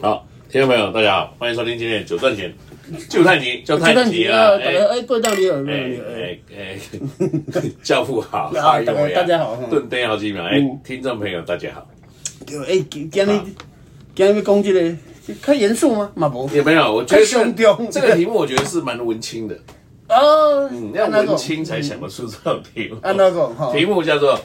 好，听众朋友，大家好，欢迎收听今天的九段钱，就太急，就太急啊，了，大家哎，对到你耳朵，你耳朵哎哎哎， 教父好，啊哎呦喂啊大家好嗯顿灯好几秒，哎嗯，听众朋友大家好，对，哎，今今日今日要讲这个，较严肃吗？嘛无，有没有？我觉得这太凶个中这个题目我觉得是蛮文青的，哦，嗯，要安那文个，青才想得出这种题目。安那个哈，题目叫做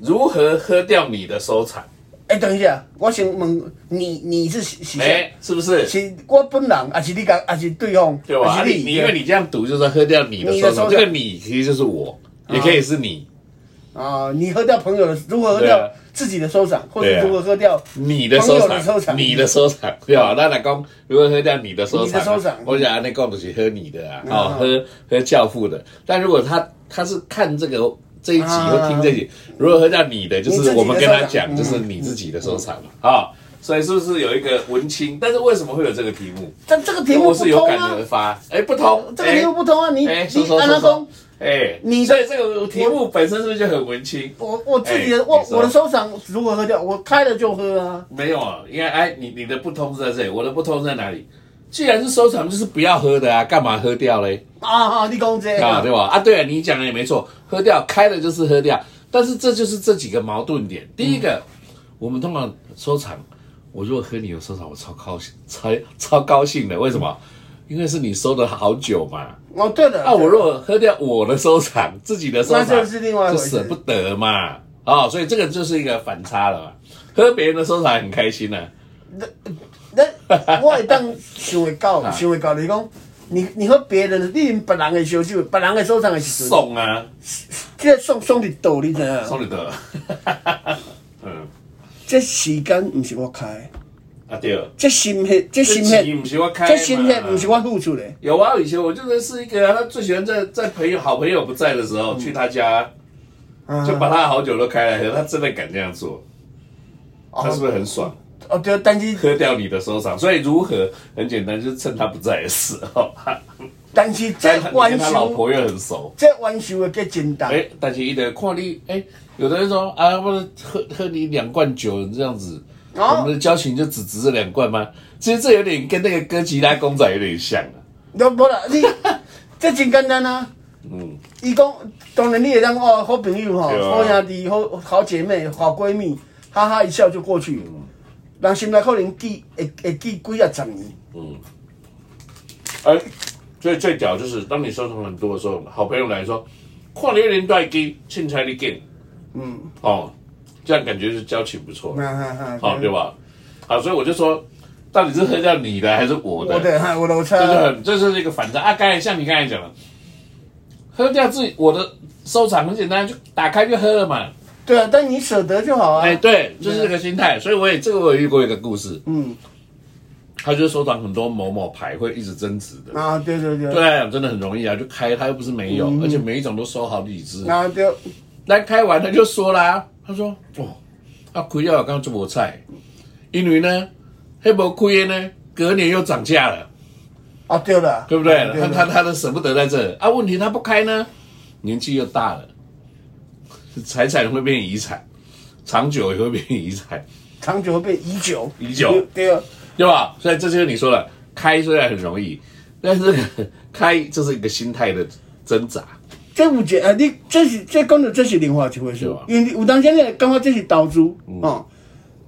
如何喝掉你的收藏？哎，等一下，我想问你，你是是哎是，是不是？是我本人，还是你讲，还是对方，对吧？啊还是你你因为你这样读就是喝掉你的收藏，你的收藏这个你其实就是我，也可以是你，啊，你喝掉朋友的，如何喝对啊掉自己的收藏，或对者啊如何喝掉你的收朋友的收藏，藏你的收藏，对吧？那来讲，如果喝掉你的收你藏的啊，收藏我想安内讲的是喝你的啊，嗯哦，喝喝教父的。但如果他他是看这个这一集啊或听这集，如果喝掉你的，就你是自己的我们跟他收藏讲，嗯就是你自己的收藏嘛，啊。所以是不是有一个文青？但是为什么会有这个题目？但这个题目我不是有通感啊而，发，哎，不通，这个题目不通啊，你哎，说你说安说那公说，，哎，你所以这个题目本身是不是就很文青？我我自己哎的我你说我的收藏如何喝掉，我开了就喝啊。没有啊，应该哎，你你的不通是在这里，我的不通是在哪里？既然是收藏，就是不要喝的啊，干嘛喝掉嘞？啊啊，你讲这个啊，对吧？啊，对啊，你讲的也没错，喝掉开了就是喝掉，但是这就是这几个矛盾点。第一个，我们通常收藏，我如果喝你的收藏，我超高兴，超超高兴的，为什么？因为是你收的好久嘛。哦，对的。啊，我如果喝掉我的收藏，自己的收藏，那就是另外一就回事舍不得嘛。哦，所以这个就是一个反差了嘛。喝别人的收藏很开心呢、啊那我会当想会 到，啊想会到，就是讲你你和别人的，你用别人的烧酒，别人的收藏的时阵，送啊，这个送送你道，你知影？送你的。 嗯，这时间毋是我开的，啊对了，这心血，这这心集血，不是我开的这嘛，心血毋是我付出的。有啊，以前我就认识一个、啊，他最喜欢在在朋友好朋友不在的时候、去他家，嗯啊就把他的好酒都开来喝，他真的敢这样做，他是不是很爽？哦对，但是喝掉你的收藏，所以如何很简单，就是趁他不在的时候。但是这 但他你冤跟他老仇，婆又很熟。这冤仇的皆真重哎、。但是一得看你，哎、有的人说啊，不是喝喝你两罐酒这样子，哦我们的交情就只值这两罐吗？其实这有点跟那个哥吉拉公仔有点像啊。都无啦， 你这真简单啊。嗯，伊讲，当然你会当哦，好朋友吼，对啊好兄弟、好好姐妹、好闺蜜，哈哈一笑就过去。嗯人心内可能记会会记几啊十年。哎、最最屌就是当你收藏很多的时候，好朋友来说，看你连带给欠差你给，嗯，哦，这样感觉是交情不错，哈哈好、对？吧？好，所以我就说，到底是喝掉你的还是我的？我的哦哈，我的我这是差。很，这是一个反差啊！刚才像你刚才讲的，喝掉自己我的收藏很简单，就打开就喝了嘛。对啊，但你舍得就好啊哎、。对，就是这个心态。所以我也这个我也遇过一个故事，嗯他就是收藏很多某某牌会一直增值的。啊，对对对。对，真的很容易啊，就开，他又不是没有，而且每一种都收好几只。啊对，那开完他就说啦，他说哦，啊亏掉我刚做我菜，因为呢，黑不亏呢，隔年又涨价了。啊对了，对不哎对？啊他他他的舍不得在这啊，问题他不开呢，年纪又大了，财产会变遗产，长久也会变遗产，长久会被已久。已久对啊，对吧？所以这就是你说了，开虽然很容易，但是开这是一个 心态的挣扎，这有一啊，你这是这讲到这是另外一回事对啊，嗯因为有当时你会感觉这是投资哦，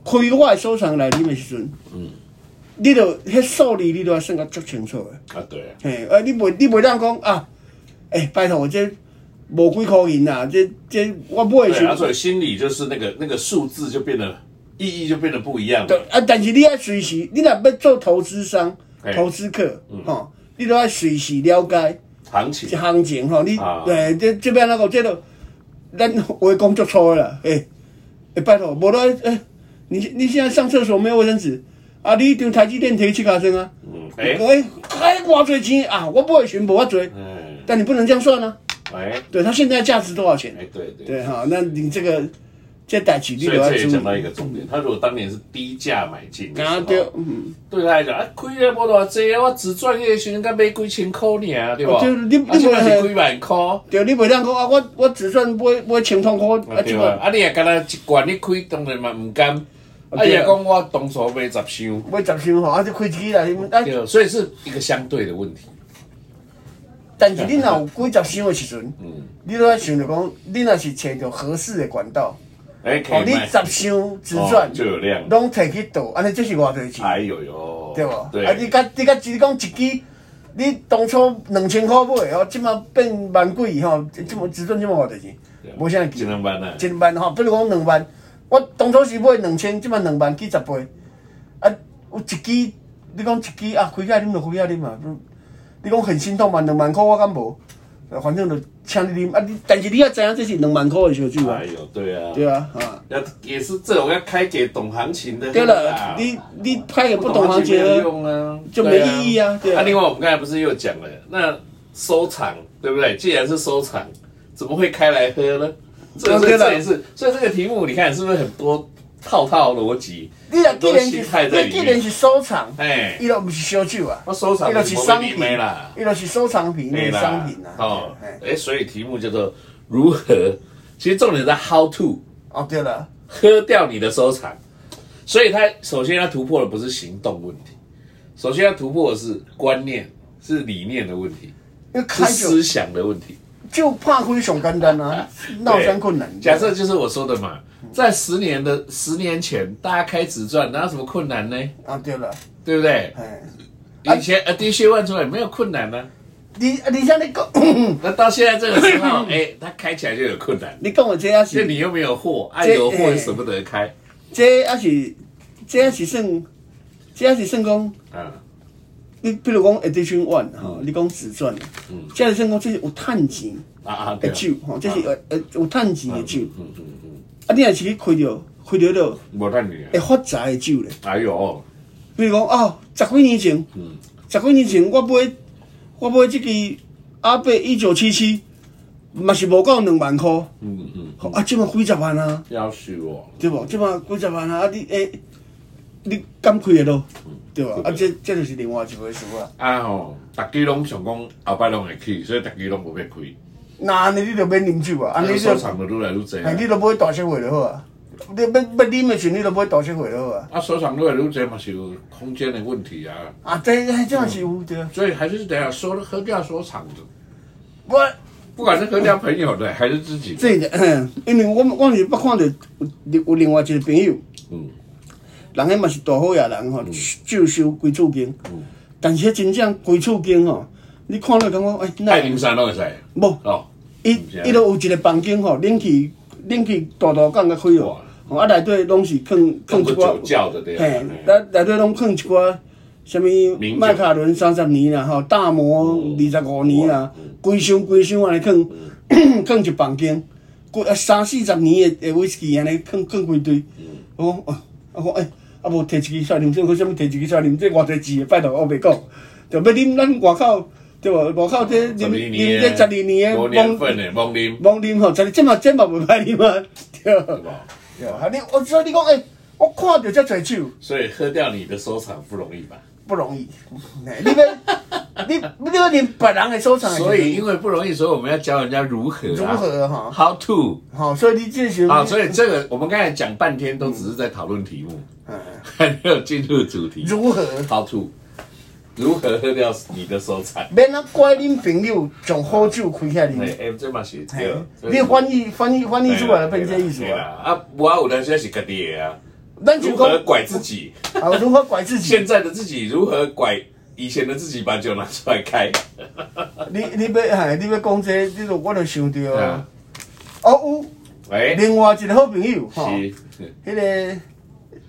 开我的收藏内面的时阵，你着迄数字你都要算甲足清楚的，啊，对啊，嘿，啊你袂你袂当讲啊，诶，拜托我这无几箍银啊，这这我买的对时啊，所以阵，心里就是那个那个数字就变得意义就变得不一样对了，啊，但是你要随时，你若要做投资商嘿、嗯投资客，吼，你都要随时了解。行情行情吼，你啊诶，这这边那个这个，咱话讲足粗的啦，诶、诶，拜托，无咧，诶、你你现在上厕所没有卫生纸，啊，你一张台积电摕去卡身啊，嗯，诶、哎开偌侪钱啊，我不会寻无法做，嗯，但你不能这样算啊，哎对，它现在价值多少钱？哎，对对。对哈，那你这个这代志你所都以要这也注讲到一意，个重点，他如果当年是低价买进的时啊候，对，嗯，对他来讲，啊，亏了无偌济啊，我只赚迄个时阵，敢买几千箍尔，对无？哦对你啊，你现在没是几万箍，对，你袂当讲啊，我我只算买买千通块，啊啊，对这啊个，啊，你也敢若一罐你开，当然嘛毋甘，哦啊，也讲我当初买十箱，买十箱吼，啊，就开机啦，啊，对，所以是一个相对的问题。但是你若有几十箱的时阵，嗯你都要想着讲，你若是找着合适的管道，哎，可哦，以你卖十。箱自转哦就有量拢摕去倒，安尼这是偌侪钱，哎呦呦，对无？哎对，啊，你甲你甲只讲一支，你当初两千块买的哦，即马变万几吼，即么自转即么偌侪钱，无啥技记。能班呢？一万吼，比如讲两万，我当初是买两千，即摆两万几十倍，啊，有一支，你讲一支啊，开起来啉就开起来啉嘛，你讲很心痛嘛，两万箍我敢无，呃反正就请你啉，啊，你但是你要知影这是两万箍的烧酒啊哎，呦，对啊，对啊，啊，要也是这种要开给懂行情的。对那个了啊，你你拍给不不懂懂行行情情没有的，用啊，就没意义啊对啊那另外我们刚才不是又讲了，那收藏对不对？既然是收藏，怎么会开来喝呢？这对这了这也是，所以这个题目你看是不是很多套套逻辑？你若很既多然心态是，在你里既然面。是收藏，哎，伊就毋是烧酒啊，我收藏伊就是我商没品没啦，伊就是收藏品没类的啦，商品啊，哦嘿，哎，所以题目叫做如何？其实重点在 how to。哦对了，喝掉你的收藏。所以他首先要突破的不是行动问题，首先要突破的是观念，是理念的问题，因为是开酒思想的问题。就怕灰熊简单啊，闹山困难。假设就是我说的嘛，在十年的十年前，大家开始赚，哪有什么困难呢？啊，对了，对不对？哎，以前呃 a d d i t i o n 出来没有困难呢、你你像你讲， 那到现在这个时候，哎，它开起来就有困难。你讲我这也，就是你又没有货，啊，这有货哎又舍不得开，这也是，这也是算，这也是算讲，啊，你比如讲 edition one 哈，你讲自传，这也是算讲这是有趁钱啊啊，的嗯对啊，酒哈，这是有呃有趁钱的酒，嗯嗯嗯，啊，你若是去开着开着了我看你啊，会发财的酒咧，哎呦，嗯比如讲哦，十几年前，十几年前我买我买这支阿贝一九七七，嘛是无到两万块。嗯嗯，吼啊，即嘛几十万啊，要死我。对无？即嘛几十万啊，啊你诶、你敢开得咯？对无？啊，这这就是另外一回事啊。啊吼，逐家拢想讲后摆拢会去，所以逐家拢无要开。那安尼你就免啉酒啊，安尼安尼你收就，藏的愈来啊愈哎，你侪就买大社会就好啊。你要要啉的时候，你就买大社会就好啊。啊，收藏愈来愈侪嘛是有空间的问题啊，啊，这这这样是有对啊。所以还是得要收喝掉收藏的，我不管是喝掉朋友的还是自己的。这个， 因为我我是捌看到有有另外一个朋友，嗯，人迄嘛是大好野人吼，酒收规厝间，但是迄真正规厝间吼，你看了感觉哎，那爱啉啥拢会使。无。哦，伊嗯是啊伊都有一个房间吼，冷气冷气大大间甲开哇落，吼啊内底拢是放放放一个寡酒，窖的对嘿啊。，内内底拢放一寡什物名酒嗯麦卡伦三十年啦，吼大摩二十五年啦，规箱规箱安尼放嗯 放一房间，规啊三四十年的的威士忌安尼放放规堆，嗯我讲哦，我讲诶，啊无摕一支出来啉，这我啥物摕一支出来啉，这偌侪钱的，拜托我袂讲，着要啉咱外口。对无，外口这十啉二啉年这的，十二年的无蒙年份的，懵啉，罔啉吼，但是这嘛这嘛袂歹啉啊，对。对吧？对啊，你我所以你讲，诶、我看着遮侪酒所以喝掉你的收藏不容易吧？不容易，嘿你要你你要连别人的收藏的时候，所以因为不容易，所以我们要教人家如何哎如啊何哈、 ，how to。好，所以你这时候啊，所以这个我们刚才讲半天都只是在讨论题目，嗯 还没有进入主题。如何好处，如何喝掉你的收藏？免啊怪恁朋友从好酒开起来哎啉，哎，这嘛是对嗯嘿，你翻译翻译翻译出来变这意思对啦啊？啊，我有的现在是个爹啊，咱就如何讲拐自己？啊，如何拐自己？现在的自己如何拐以前的自己，把酒拿出来开？你你要嘿，你要讲这个，你就我就想到啊 啊，哦有喂，另外一个好朋友吼，迄、哎是，个。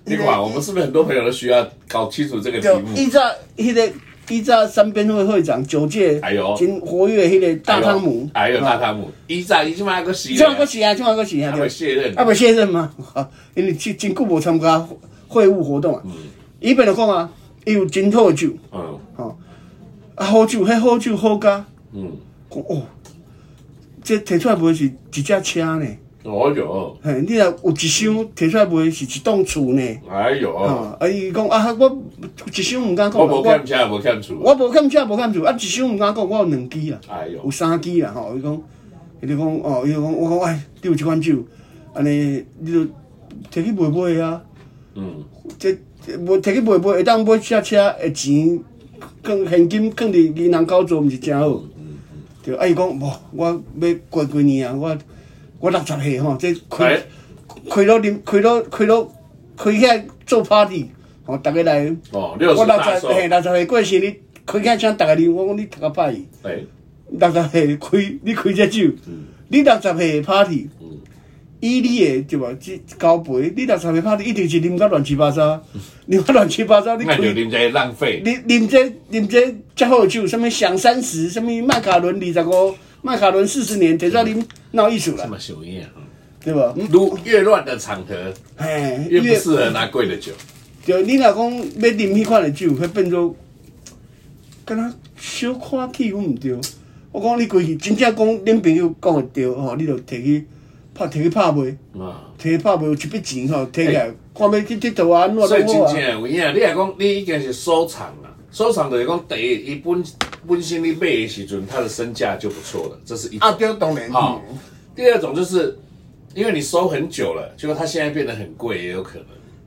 你迄个看我们是不是很多朋友都需要搞清楚这个题就目？以前迄个以前三边会会长九届，哎呦哎真活跃迄个大汤姆，还有大姆，汤姆，以前伊起码个洗这，样个是啊，这样个是他啊，对们卸任，啊，不卸任嘛， 因为真真久无参加会务活动啊。伊本来讲啊，伊有真好的酒，嗯吼，啊好酒，迄好酒好甲，嗯，讲哦，这摕出来卖是一只车呢，哦哟。嘿，你若有一箱摕出来卖是一栋厝呢，哎呦，啊，啊伊讲啊，我一箱毋敢讲，我无欠车，无欠厝，我无欠车，无欠厝，啊，一箱毋敢讲，我有两支啦，哎有呦，三支啦，吼，伊讲，伊就讲，哦，伊就讲，我讲，哎，你有即款酒，安尼，你就摕去卖卖啊，嗯，这这无摕去卖卖，会当买车车的钱，放现金放伫银行口做，毋是真好。对，啊伊讲无，我要过几年啊，我我六十岁吼，这开哎开落啉，开落开落开起来做 party，吼，逐个来。哦，六我十六大十寿，嘿，六十岁过生日，开起来请逐个啉，我讲你读个歹去。哎，六十岁开，你开只酒，你六十岁的 party，嗯以你的对吧？即交杯，你六十岁 party 一定是啉到乱七 八糟，啉到乱七八糟，你那开就你人家浪费，啉这啉这遮好的酒，什物响三十，什物麦卡伦二十五，麦卡伦四十年，摕到啉闹艺术这啦，么雄艳啊！对吧？嗯如越乱的场合，嘿，越不适合拿贵的酒。对，你若讲要啉迄款的酒，会变做，敢若小看气氛毋对。我讲你规去，真正讲恁朋友讲的对吼，你著摕去拍，摕去拍卖，啊，摕去拍卖有一笔钱吼，摕起来，看要去佚佗啊，安怎所以拢真好正啊。有影，你若讲你已经是收藏了，收藏就是讲第一，伊本本身你买的时阵，它的身价就不错了，这是一种。啊，对，当然。好、第二种就是因为你收很久了，结果它现在变得很贵，也有可能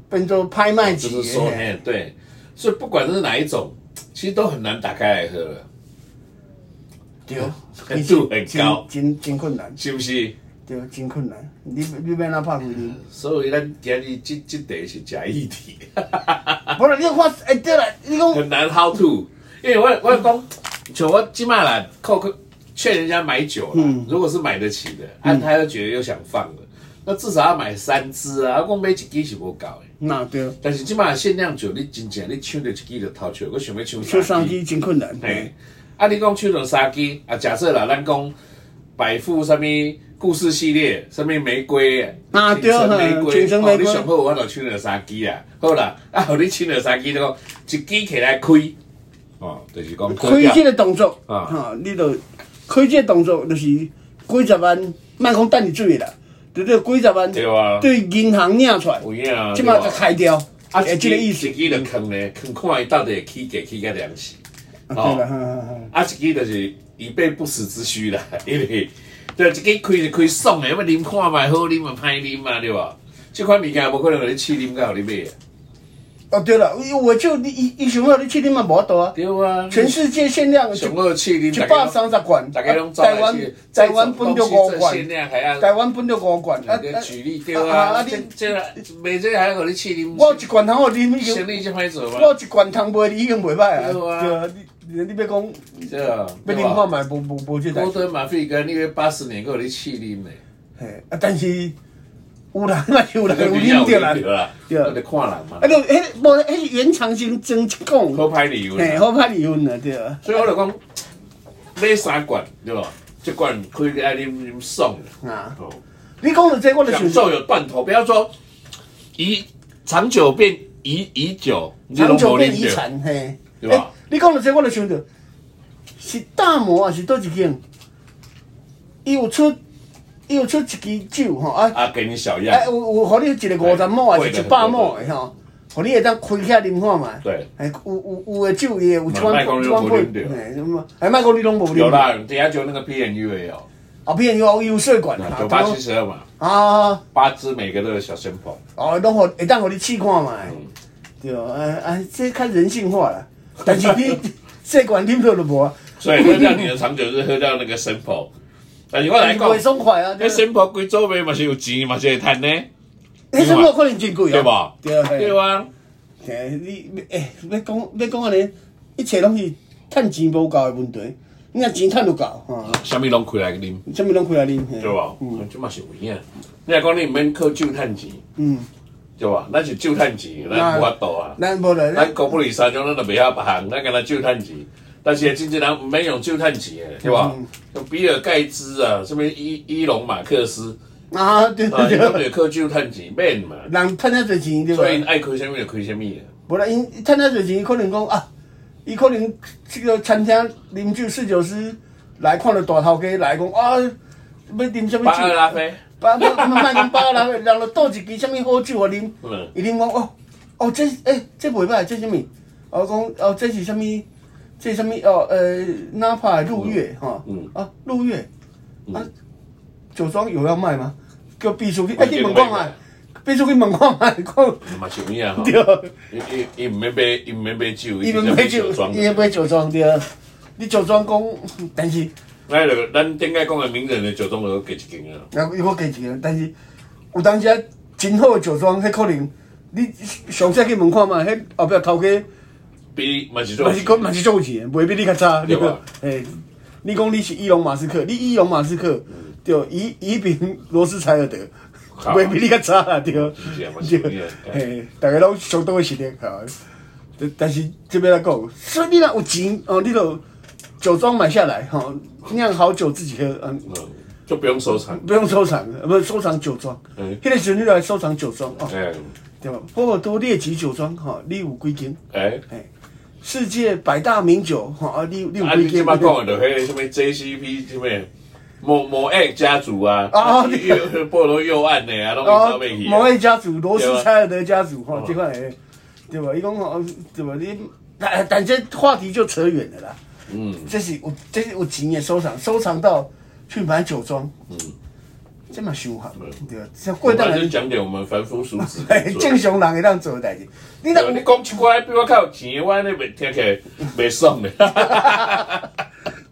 变做拍卖就钱是收的。哎对，所以不管是哪一种，其实都很难打开来喝了，对，难度很高真真真困难，是不是？对，真困难。你你要安怎拍开你？所以咱今日这这题是假议题，无啦，你看，哎，对啦，你讲很难 how to，因为我我讲，像我今嘛啦，扣扣劝人家买酒啦，如果是买得起的，按他又觉得又想放了，那至少要买三支啊，我讲买一支是无够的。那对，但是即马限量酒，你真正你抢到一支就头笑，我想要抢小三生支。机真困难。嘿，啊，你讲抢到三支啊？假设啦，咱讲百富什么故事系列，什么玫瑰啊青城对玫嘿瑰，青城玫瑰哦你上好有法度抢到三支啊。好啦，啊，互你抢到三支，就讲一支起来开，哦，就是讲开这个动作，啊哈、你就开这个动作，就是几十万，莫讲等你水啦，就这几十万，对啊对银行领出来，有影啊，即马就对吧开掉，啊，诶，一这支个意思，一支就坑咧，坑看伊到底会起价起价两死。啊对啦，哈哈哈，啊，一个就是以备不时之需啦，因为对一个开就开爽的，要啉看卖好啉嘛，歹啉嘛，对吧？这款物件无可能互你试啉，甲互你买啊，哦对啦，有有的酒你伊伊想要你去你嘛无度啊，对啊。全世界限量上一好试啉，一百三十罐，大家拢啊台湾台湾分到五罐，限量还要。台湾分到五罐，啊你啊举例对啊，你这这卖这还互你试啉，我一罐通我啉已经生，意就歹做我嘛，一罐通卖你已经袂歹啊，对啊对啊，你你要讲。对啊，要对啉看吧？卖，无无无这代郭。德马费哥，你以为八十年够你试啉呢？嘿，啊，但是有人嘛是有人有你啉着啦，啦，对那得看人嘛啊，，就迄无迄是原厂先装一好讲，歹理由啦。嘿，好歹离婚啦，对啊。所以我就讲，买三罐对吧？这罐开给爱啉啉爽的啊，哦，你讲到这，我就享想受有断头，不要说遗长久变遗遗久，你都长久没变啉遗到，产，嘿。对吧欸你讲到这，我就想到是大摩还是倒一间？伊有出伊有出一支酒吼啊，啊，给你小样哎，，有有，互你一个五十亩还哎是一百亩的吼，互你会当开起来啉看嘛。对，哎，有有有的酒也有一莫款讲你一拢无款配啉着，哎，什么？哎，麦讲你拢无啉着有啦，等一下就那个 P N U 也有，后边有有水管啦，九八七十二嘛，啊，八支每个都有小生捧，哦，拢互会当互你试看嘛，嗯对哦，哎哎，这较人性化啦。但是 你水管啉着就无啊，所以喝掉你的长久是喝掉那个生捧，但是我来你讲袂，爽快啊。那对生捧贵做卖嘛是有钱嘛是会赚呢，迄什么可能真贵啊？对吧？对啊，对啊。嘿你哎，要讲要讲安尼，一切拢是趁钱无够的问题。你若钱趁有够，哈，啥物拢开来啉，啥物拢开来啉，嘿对吧？嗯，这嘛是有影。你若讲你毋免靠酒趁钱，嗯，对吧？咱是酒趁钱，咱无法度啊。咱无啦，咱咱国不里山中，咱就袂晓别行，咱干那酒趁钱。但是真济人毋免用酒趁钱的，对吧？嗯像比尔盖茨啊，什物伊伊隆马克思啊，对啊，对伊拢对，就靠酒趁钱，免嘛。人趁遐侪钱 对所以吧？爱开啥物就开啥物的。无啦，因趁遐侪钱，可能讲啊，伊可能这个餐厅啉酒侍酒师来看到大头家来讲啊，要啉什么巴尔酒？拉菲，巴莫莫讲巴啦，人就倒一支什么好酒啊啉嗯，伊啉讲哦哦，这诶、这袂歹，这什么？我讲哦，这是什么？这是什么？哦呃，纳帕入月哈，嗯啊入月啊，酒庄有要卖吗？叫秘书去，哎、你问看我觉得啊会，爬出去问我嘛，看嘛是有影吼。 对，伊伊伊毋免买，伊毋免买酒，伊伊们直接买买酒酒，庄伊。们买酒庄对。你酒庄讲，但是咱就咱顶摆讲的名人的酒庄就加一间啊。然后我加一个，但是有当时啊，真好的酒庄，迄可能你详细去问看嘛，迄后壁头家比嘛是做嘛是讲嘛是做钱的，袂比你较差，对吧？嘿，你讲你是伊隆马斯克，你伊隆马斯克，对，伊伊比罗斯柴尔德，好袂比你较差啦，对，是啊嘛是有影对，嘿，大家拢相当的实力，哈。但但是这边来讲，所以你若有钱哦，你就酒庄买下来吼，酿好酒自己喝，嗯，嗯，就不用收藏。不用收藏，呃不是收藏酒庄，嗯迄个时阵你来收藏酒庄哦，哎对吧？波尔多列级酒庄吼，你有几间？哎，哎，世界百大名酒吼，啊，你你有啊几你即间？摆讲的就迄个什么 JCP 什么某某 A 家族啊，啊啊又波罗右岸的啊，拢伊走哦袂去，某啊。哦位家族，罗斯柴尔德家族吼，这块诶，对吧？伊讲吼，对吧？你但但这话题就扯远了啦。嗯，这是有这是有钱的收藏，收藏到去买酒庄，嗯，这嘛伤好，对吧？这嗯过我当们还然是。讲点我们凡夫俗子的 嘿做正常人会当做的代志，你若对啊有你讲一寡比我较有钱的，我安尼袂听起来袂爽 的。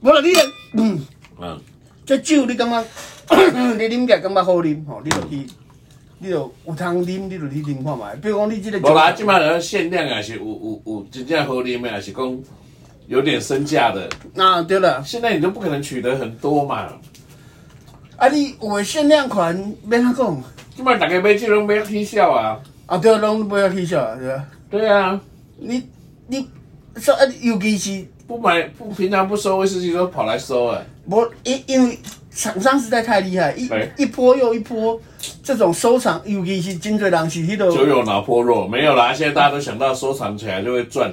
无啦，你若嗯，嗯，这酒你感觉 你啉起来感觉好啉吼，你就去，你就有通啉，你就去啉看卖。比如讲你这个酒，无啦，即摆人限量也是有有有真正好啉的，也是讲有点身价的。啊对了，现在你都不可能取得很多嘛，啊你有诶限量款，免怎讲，即摆大家买酒拢买起笑啊。啊对，拢不要去笑啊对吧？对啊，你你说啊，尤其是不买不平常不收威士忌都跑来收哎、无因因为厂商实在太厉害，一对一波又一波，这种收藏，尤其是真侪人是迄、那酒个，友脑波弱没有啦，现在大家都想到收藏起来就会赚，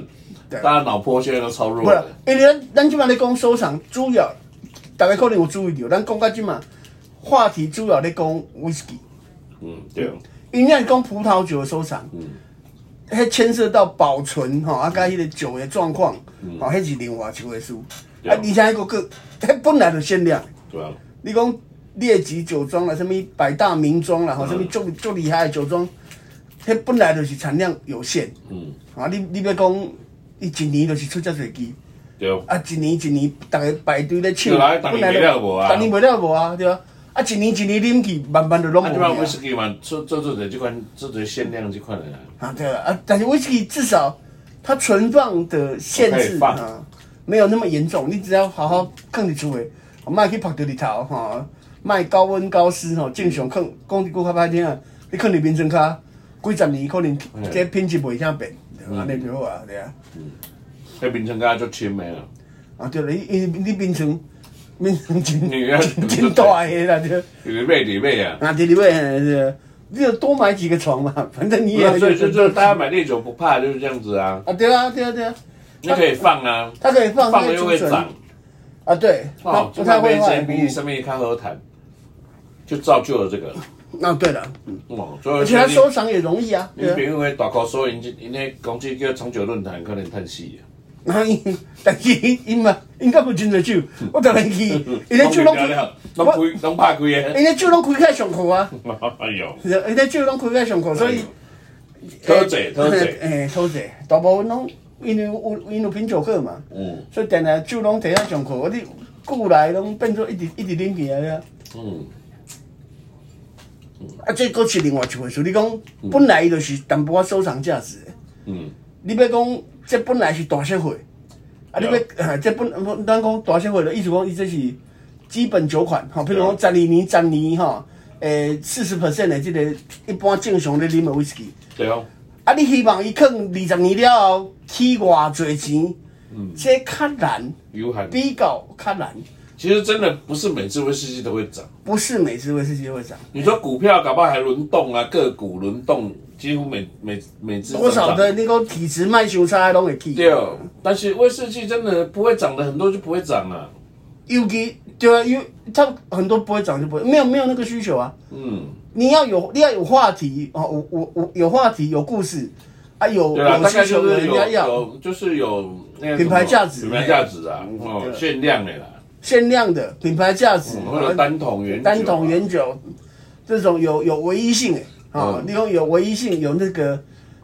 对大家脑波现在都超弱不是的。，因为咱咱即摆咧讲收藏，主要大家可能有注意到，咱讲到即嘛话题主要咧讲 whisky，嗯，对，因为咱讲葡萄酒的收藏，嗯迄牵涉到保存吼，啊，甲迄个酒的状况，吼，迄是另外一回事。啊，嗯对而且迄个个，迄本来就限量。对啊，你讲列级酒庄啦，什么百大名庄嗯啦，吼、什么足足厉害的酒庄，迄本来就是产量有限。嗯，啊，你你要讲，伊一年就是出遮侪支，对啊，啊，一年一年，逐个排队咧抢对啊，逐年就卖了无啊逐年卖了无啊，对啊，啊，一年一年啉去，慢慢就拢无啊，即摆啊威。士忌嘛，做做做者即款，做者限量即款的啦。啊，对啊，啊，但是威士忌至少它存放的限可以制放啊，没有那么严重。你只要好好放伫厝诶，莫去晒伫日头吼，莫高温高湿吼，正常放讲一句较歹听啊，你放伫眠床骹，几十年可能这品质袂啥变，对吧安尼就好啊，对啊。迄冰城家足深的啦，啊，对了，因因你眠床眠床真你要真真大个啦，对。就是买伫买啊。啊，对对对，对你就多买几个床嘛，反正你也所以就就大家买烈酒不怕就是这样子啊，啊，对啊，对啊，对啊，你可以放啊，它可以放放它了可以又会储存涨。啊，对，它哦，不这太个会没坏谁。比上面看和谈，就造就了这个。啊，对了，哦，所而以且它收藏也容易啊，你对啊朋。友会大口说，因因迄讲这叫长久论坛，可能叹气啊。然后因， 但是因因嘛，因敢有真侪酒，我当然去， 因咧酒拢拢开，拢我开拢拍开诶。因咧酒拢开开上课啊，哎呦，因咧酒拢开开上课，所以哎偷嘴偷 嘴，诶，偷者，大部分拢因为有因有品酒课嘛，嗯所以定定酒拢摕来上课，我你久来拢变做一直一直啉起来啊。嗯，啊，这个是另外一回事。你讲本来伊就是淡薄仔收藏价值的，嗯，你要讲这本来是大社会，啊，你对要啊，这本咱讲大社会的意思讲，伊这是基本酒款，吼，譬如讲十二年、十年吼，诶，四十 percent 的这个一般正常咧啉的 whisky，对哦，啊，你希望伊放二十年了后起偌侪钱，嗯这较难，有喊。比较较难，其实真的不是每次威士忌都会涨。不是每次威士忌会涨。你说股票搞不好还轮动啊，个股轮动，几乎每每每次都多少涨的那个体质卖相差的拢会起。啊对，但是威士忌真的不会涨的，很多就不会涨了。尤其对啊，因为它很多不会涨就不会，没有没有那个需求啊。嗯，你要有你要有话题哦，我我我有话题有故事啊，有对啦，有大需概求就的是人有家要有就是有那个品牌价值什么品牌价值啊，嗯哦对，限量的啦，限量的品牌价值，或者单桶原酒啊单桶原酒这种有有唯一性诶，嗯啊，你讲有唯一性，有那个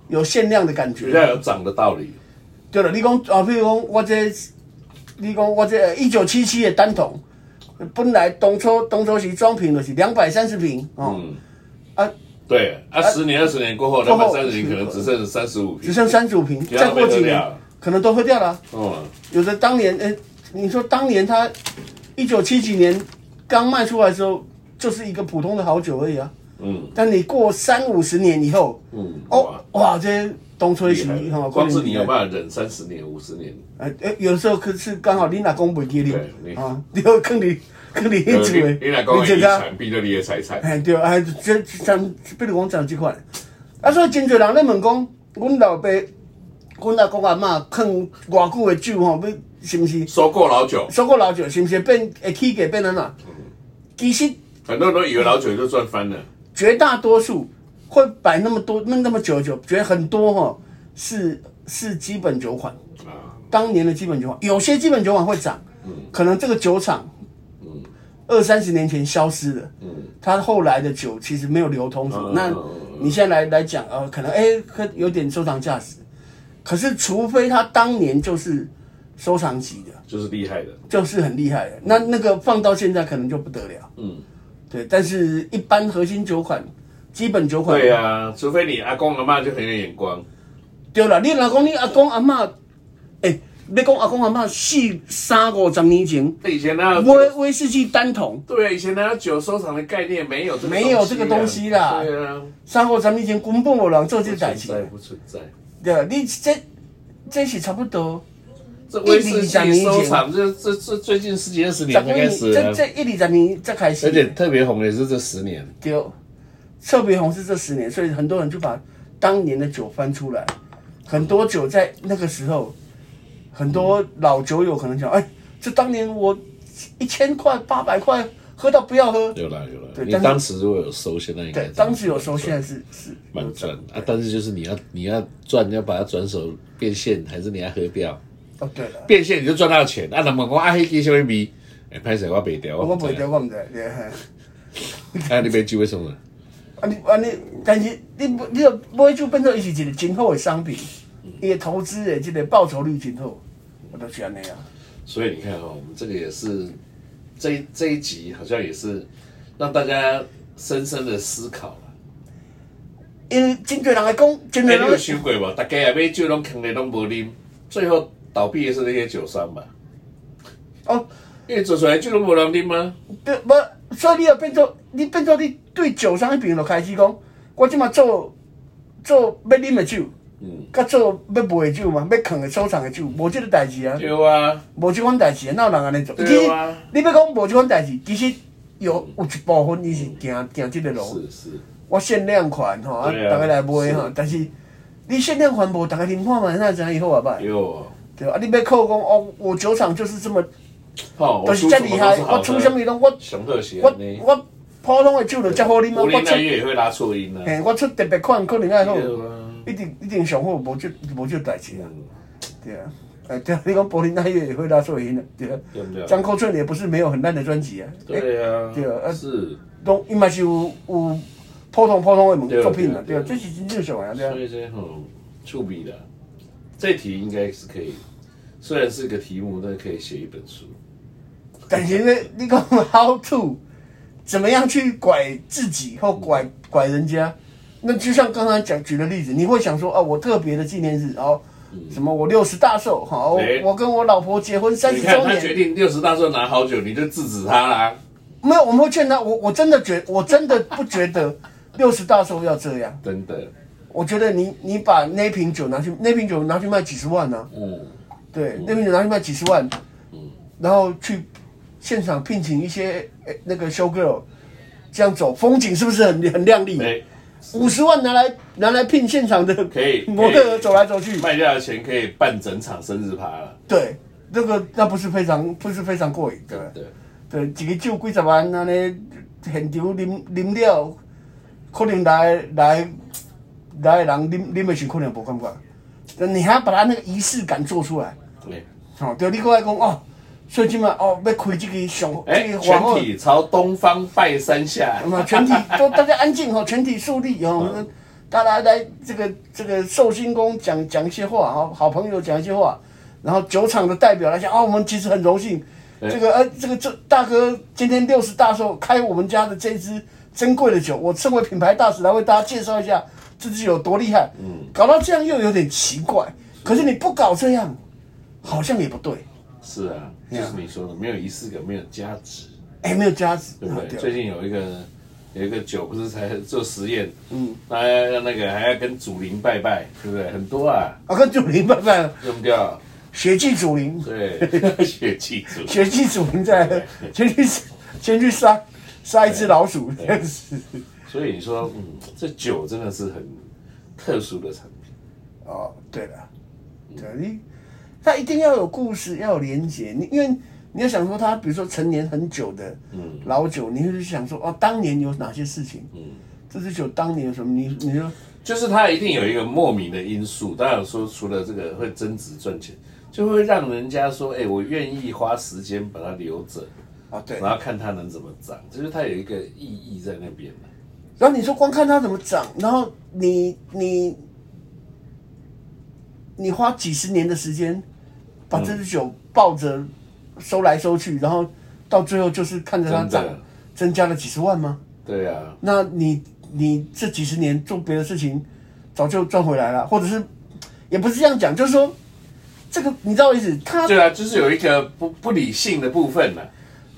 有限量的感觉比。较有涨的道理。对了，你讲啊，譬如讲我这，你讲我这一九七七的单桶，本来当初当初是装瓶就是两百三十瓶哦，嗯，啊，对，啊，十年、二十年过后，过两后百三十年可能只剩三十五只平。剩三十五瓶，要再过被喝掉几年了可能都喝掉了啊。嗯，有的当年，哎、你说当年他一九七几年刚卖出来的时候，就是一个普通的好酒而已啊。嗯，但你过三五十年以后，嗯哦，哇，这些东吹厉西哦害哈，了光是你有办法忍三十年、五十年，哎哎，有时候可是刚好你老公不给对你你啊，你要坑你坑你一你组诶，你俩讲的这遗个，产变做你的财产，哎对，哎这像比如讲像这款，啊所以真侪人咧问讲，阮老爸、阮阿公阿嬷坑偌久的酒吼，要是毋是？收购老酒，收购老酒是不哎是变会起价变安怎？其实很多人都以为老酒就赚翻了。绝大多数会摆那么多那那么久的酒，觉得很多哈、是是基本酒款，啊，当年的基本酒款，有些基本酒款会涨，可能这个酒厂嗯二三十年前消失了，嗯，它后来的酒其实没有流通什么。嗯那嗯嗯你现在来来讲，呃，可能哎，可有点收藏价值，可是除非它当年就是收藏级的，就是厉害的。就是很厉害的，那那个放到现在可能就不得了。嗯，对，但是一般核心酒款、基本酒款，对啊呀、除非你阿公阿妈就很有眼光，对啦。你若讲你阿公阿嬷，诶、你讲阿公阿嬷四三五十年前，以前哪有威威士忌单桶，对，啊以前哪有酒收藏的概念，没有这个没有这个东西啦对啊，三五十年前根本无人做这不代存志，在不存在。对啦。你这这是差不多这威士忌收藏，这这这最近十几二十十年才几开年，始、啊这这一二十年才开始，而且特别红的也是这十年。对，特别红是这十年，所以很多人就把当年的酒翻出来，很多酒在那个时候，很多老酒友可能讲，哎，这当年我一千块、八百块喝到不要喝，有啦有啦，对你当时当时如果有收，现在应该对，当时有时候现在是是蛮赚啊，但是就是你要你要赚，你要把它转手变现，还是你要喝掉？哦，对了，变现你就赚到钱，啊，那么我啊黑鸡什么味？哎，拍谁我卖掉，我我不卖掉，掉，我唔知，对，嘿啊，你卖酒为什么？ 啊你啊你，但是你你要买酒变做伊是一个真好的商品，伊的投资的这个报酬率真好，我都是安尼啊，所以你看哈、哦我们这个也是这一这一集好像也是让大家深深的思考了。因为真侪人来讲，真侪哎、人你来有想过无？大家也买酒拢坑咧拢无啉，最后倒闭的是那些酒商吧？哦。因为做出来酒拢无人啉啊吗？对，无，所以你要变做，你变做你对酒商迄边就开始讲，我即马做做要啉的酒，嗯，甲做要卖的酒嘛，要藏的收藏的酒，无即个代志啊，对啊，无即款代志，哪有人安尼做？其对实啊你要讲无即款代志，其实有有一部分伊是行行即个路，嗯是是，我限量款吼，啊，逐对啊个来卖是吼，但是你限量款无，逐个啉看嘛，哪知影伊好啊歹？哟，对啊，你要靠讲哦，我酒厂就是这么，哦，我就是出遮什么厉都害，是好我的，出什么拢我。熊特鞋我呢？我普通的酒就遮好啉啊，我我林出来月也会拉错音啊。嘿，哦我出特别款可能爱好，对啊一定一定上好，无这无这代志啊，嗯对啊。哎，对啊，你讲柏林那也会拉错音的，对啊对不对。张国顺也不是没有很烂的专辑啊，哎，对啊，对啊啊是，拢伊嘛是有有普通普通对的啊作品啊，对对啊啊，这是真正常啊，对啊所。以这很触笔的，这题应该是可以，虽然是个题目，但是可以写一本书。但是呢，你讲 how to 怎么样去拐自己或拐拐人家，那就像刚才讲举的例子，你会想说啊，我特别的纪念日，然后什么我六十大寿，好，我哎我跟我老婆结婚三你十看周他决年，定六十大寿拿好酒，你就制止他啦。没有，我们会劝他，我我真的觉我真的不觉得六十大寿要这样，真的，我觉得你你把那瓶酒拿去，那瓶酒拿去卖几十万呢、啊，嗯，对，那瓶酒拿去卖几十万，然后去现场聘请一些呃那个 show girl，这样走，风景是不是很很亮丽？哎，五十万拿来拿来聘现场的可以 模特儿走来走去，卖掉的钱可以办整场生日趴了。对，那个那不是非常不是非常过瘾，对吧真？的，对，一个酒几十万，安尼现场啉啉了，可能来来来的人啉啉的时候可能无感觉，但你还要把他那个仪式感做出来。对，哦，对，你过来讲哦，所以即马哦，要开这个上哎这，个全法会，体朝东方拜三下。那么 全体都大家安静哈，全体肃立哦，嗯大家来这个这个寿星公讲讲一些话哈，好朋友讲一些话，然后酒厂的代表来讲啊，我们其实很荣幸，这个呃这个这大哥今天六十大寿开我们家的这支珍贵的酒，我身为品牌大使来为大家介绍一下这支有多厉害，嗯，搞到这样又有点奇怪，可是你不搞这样，好像也不对，是啊，就是你说的，没有仪式感，没有价值，哎，没有价值，对不对？啊最近有一个有一个酒不是才做实验，嗯，那那个还要跟祖灵拜拜，对不对？很多啊，啊，跟祖灵拜拜了，用不掉，血祭祖灵， 对，血气足。血祭祖灵在先去先去杀杀一只老鼠这样子。所以你说，嗯，这酒真的是很特殊的产品，哦，对了，对你，他一定要有故事，要有连结。你因为你要想说他，比如说陈年很久的嗯老酒，你会去想说哦，当年有哪些事情？嗯，这支酒当年有什么？你你说就是它一定有一个莫名的因素。当然说，除了这个会增值赚钱，就会让人家说，哎，我愿意花时间把它留着，哦，对。然后看它能怎么涨，就是它有一个意义在那边嘛然后你说光看它怎么长，然后你你你花几十年的时间把这支酒抱着收来收去，然后到最后就是看着它真涨的，增加了几十万吗？对啊，那你你这几十年做别的事情，早就赚回来了，或者是也不是这样讲，就是说这个你知道我意思？它对啊，就是有一个不不理性的部分呢。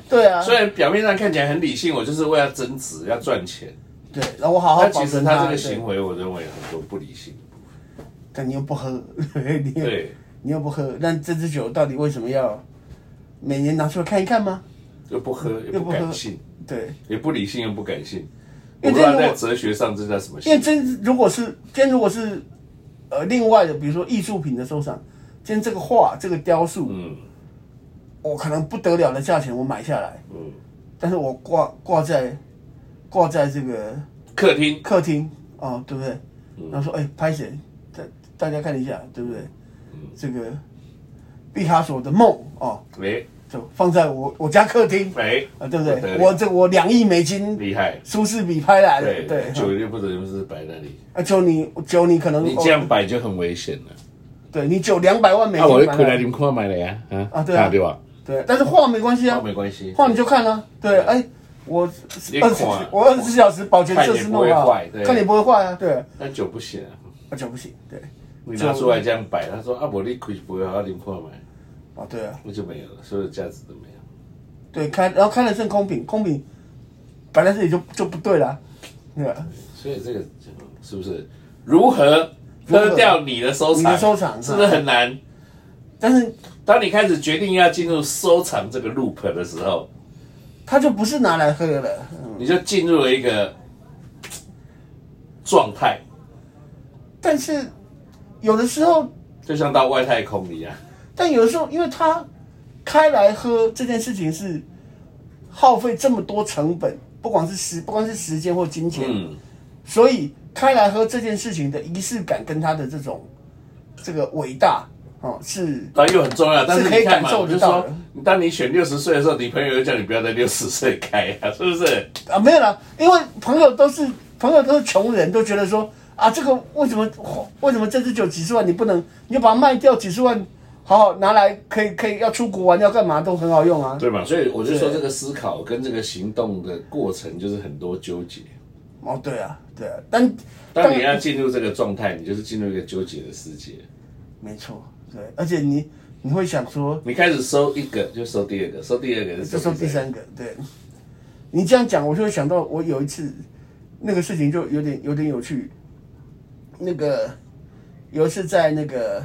对啊，虽然表面上看起来很理性，我就是为了增值要赚钱，对，然后我好好但保其实存他这对个行为，我认为有很多不理性的部分。但你又不喝， 你又对，你又不喝，那这支酒到底为什么要每年拿出来看一看吗？又不喝，又又不不喝感性，对，也不理性，又不感性。我因不为知道这个在我哲学上这叫什么因为性。真如果是今天如果是呃另外的，比如说艺术品的收藏，今天这个画这个雕塑，嗯我可能不得了的价钱我买下来，嗯，但是我挂挂在挂在这个客厅客厅哦，对不对？然后说哎，拍谁？大大家看一下，对不对？这个毕卡索的梦哦，喂就放在我我家客厅喂，啊，对不不得对？了我这我两亿美金厉害。苏士比拍来的，对，对，酒就不能是摆那里，啊，酒你酒你可能你哦这样摆就很危险了。对你酒两百万美那我金就买回来来，你们看买了呀，啊啊对啊对吧？对，但是画没关系那啊，哦没关系，画你就看啊，对，哎，我你二看啊十我二十四小时保全设施弄看也不会好啊坏对，看你不会坏啊，对，但酒不行啊。啊酒不行，对，你拿出来这样摆，他说啊，我你亏不会好，你看买，啊对啊，那就没有了，所有价值都没有。对开，然后开了剩空瓶，空瓶摆在这里就就不对啦，对啊吧，所以这个是不是如何割掉你的收藏？你的收藏是不是很难？但是当你开始决定要进入收藏这个 loop 的时候，它就不是拿来喝了，嗯你就进入了一个嘖状态，但是有的时候就像到外太空一样。但有的时候，因为他开来喝这件事情是耗费这么多成本，不管是时不管是时间或金钱，嗯，所以开来喝这件事情的仪式感跟他的这种这个伟大哦是当然又很重要，但是是可以你看嘛，感受我就得说到的，当你选六十岁的时候，你朋友又叫你不要在六十岁开啊，是不是？啊没有啦，因为朋友都是朋友都是穷人，都觉得说啊这个为什么为什么这支酒几十万你不能你就把它卖掉几十万，好好拿来可以可以要出国玩要干嘛都很好用啊， 对嘛？所以我就说，对这个思考跟这个行动的过程就是很多纠结。哦对啊对啊，但当你要进入这个状态，你就是进入一个纠结的世界。没错，对，而且你你会想说，你开始收一个，就收第二个，收第二个就这时收候第第三个。三个，对，你这样讲，我就会想到我有一次那个事情就有点有点有趣，那个有一次在那个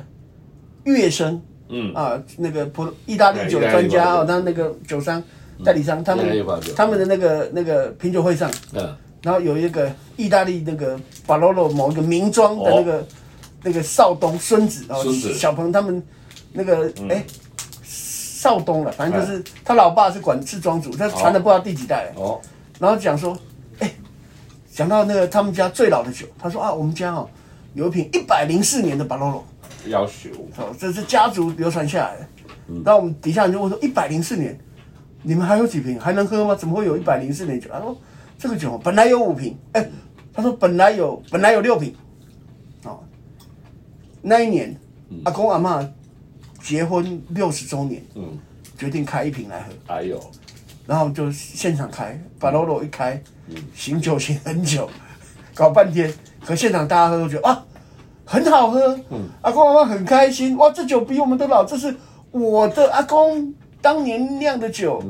乐声，嗯啊，那个葡意大利酒对意大利专家吧哦，那那个酒商代理商他嗯意大利们吧酒他们的那个那个品酒会上，嗯，然后有一个意大利那个巴罗罗某一个名庄的那个、那个少东孙子哦，哦孙子嗯小鹏他们那个哎、少东了，反正就是、他老爸是管是庄主，他传了不知道第几代了。哎哦，然后讲说，哎、讲到那个他们家最老的酒，他说啊，我们家哦有一瓶一百零四年的巴罗罗，要求。哦，这是家族流传下来的。那我们底下人就问说，一百零四年，你们还有几瓶？还能喝吗？怎么会有一百零四年酒？他说这个酒本来有五瓶，哎、他说本来有本来有六瓶，哦，那一年、阿公阿嬷结婚六十周年，嗯，决定开一瓶来喝，还有，然后就现场开，把 l o 一开，醒酒醒很久，搞半天，可现场大家喝都觉得啊，很好喝，阿公阿妈很开心，哇，这酒比我们都老，这是我的阿公当年酿的酒，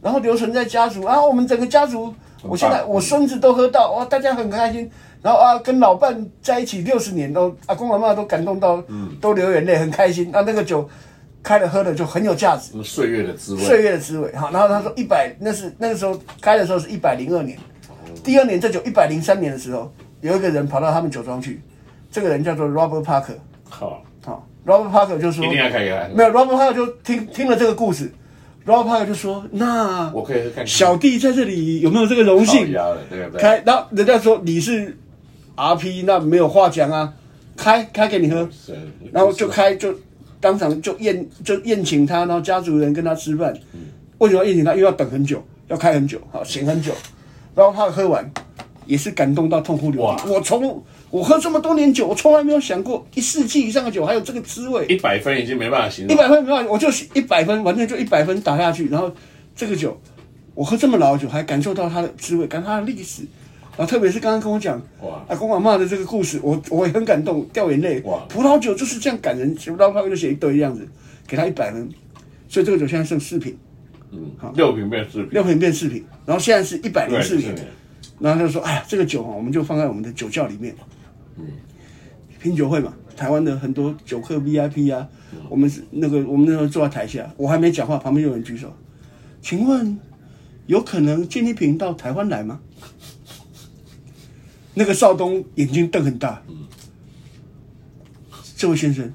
然后留存在家族，然啊后我们整个家族，我现在嗯我孙子都喝到，哇，大家很开心。然后啊，跟老伴在一起六十年都，阿公阿妈都感动到，都流眼泪，很开心。啊那那个酒开了喝了就很有价值，什么岁月的滋味？岁月的滋味。好，然后嗯他说一百，那是那个时候开的时候是一百零二年，第二年这酒一百零三年的时候，有一个人跑到他们酒庄去，这个人叫做 Robert Parker，好，好，Robert Parker 就说一定要看看。没有 Robert Parker 就听听了这个故事，Robert Parker 就说那我可以看哦看小弟在这里有没有这个荣靠幸？腰了，对不对？开，那人家说你是 RP，那没有话讲啊，开开给你喝。是，然后就开就当场就宴就宴请他，然后家族人跟他吃饭。嗯为什么要宴请他？因为要等很久，要开很久，好醒很久。然后他喝完也是感动到痛哭流哇涕。我从我喝这么多年酒，我从来没有想过一世纪以上的酒还有这个滋味。一百分已经没办法形容。一百分没办法，我就是一百分，完全就一百分打下去。然后这个酒，我喝这么老的酒，还感受到它的滋味，感受它的历史。然后特别是刚刚跟我讲哇阿公阿妈的这个故事，我我也很感动，掉眼泪。哇葡萄酒就是这样感人，葡萄泡就写一堆这样子，给他一百分。所以这个酒现在剩四瓶，嗯，六瓶变四瓶，六瓶变四瓶，然后现在是一百零四对瓶。然后他就说：“哎呀，这个酒哈，我们就放在我们的酒窖里面。”嗯，品酒会嘛，台湾的很多酒客 VIP 啊，我们是那个我们那时候坐在台下，我还没讲话，旁边就有人举手，请问有可能金一平到台湾来吗？ 那个少东眼睛瞪很大，这位先生，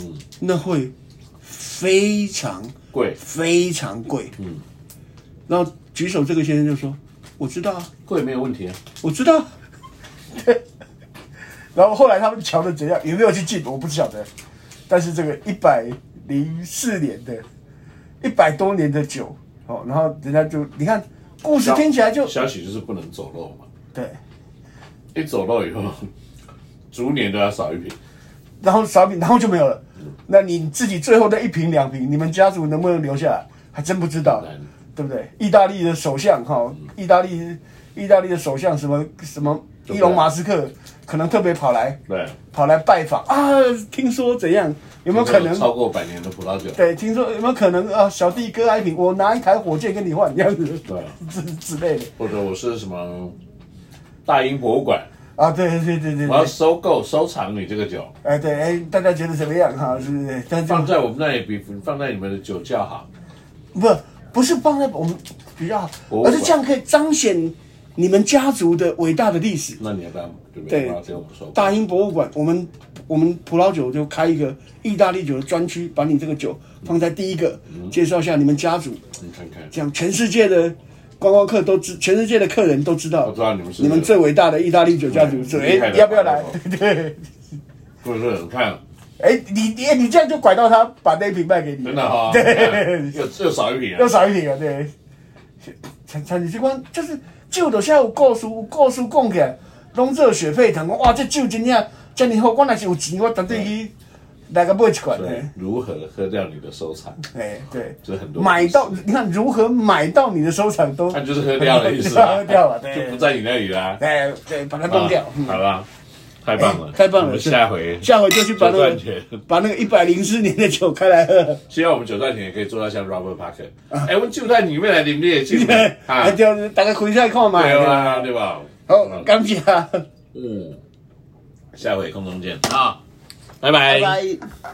嗯那会非常贵非常贵，嗯，然后举手这个先生就说：“我知道啊。”贵没有问题啊。我知道。 然后后来他们瞧的怎样，有没有去进，我不晓得。但是这个一百零四年的，一百多年的酒，哦，然后人家就你看故事听起来就消息就是不能走漏嘛，对，一走漏以后，逐年都要少一瓶。然后少品，然后就没有了。那你自己最后那一瓶两瓶，你们家族能不能留下来，还真不知道很难，对不对？意大利的首相哈、意大利意大利的首相什么什么伊隆马斯克，可能特别跑来，对，跑来拜访啊，听说怎样？有没有可能？超过百年的葡萄酒？对，听说有没有可能啊？小弟割爱品，我拿一台火箭跟你换，这样子，对，之之类的或者我是什么大英博物馆，啊，对对对对我要对，收购收藏你这个酒，哎对哎，大家觉得怎么样哈？是不是？但就放在我们那里比放在你们的酒窖好。不不是放在我们比较好博物，而馆是这样可以彰显你们家族的伟大的历史。那你要不要对不对要给我们收购？大英博物馆，我们我们葡萄酒就开一个意大利酒的专区，把你这个酒放在第一个，嗯介绍一下你们家族。你看看，这样全世界的观光客都知，全世界的客人都知道，我知道你们是你们最伟大的意大利酒家族，嗯所哎厉害的要不要来？ 对，不是你看，哎，你你你这样就拐到他把那一瓶卖给你，真的啊哈、你看 对，又又少一瓶又啊。少一瓶了，对。产产品机关就是酒就现在有故事，有故事讲起来，拢热血沸腾。哇，这酒真正真尼好，我若是有钱，我绝对去来个买一罐的。对，如何喝掉你的收藏？哎，对，这很多买到，你看如何买到你的收藏都，那就是喝掉的意思啊， 喝掉了，对，就不在你那里啦。啊哎，对，把它弄掉。嗯哎好吧，太棒了，太棒我了！们下回下回就去把那酒赚个钱把那个一百零四年的酒开来喝，希望我们九段田也可以做到像 Robert Parker。哎，我们就在里面来，你们也进 来啊啊，，就大家回来看嘛。对啊吧？对吧？好，感谢啊，嗯，下回空中见啊，拜拜拜拜。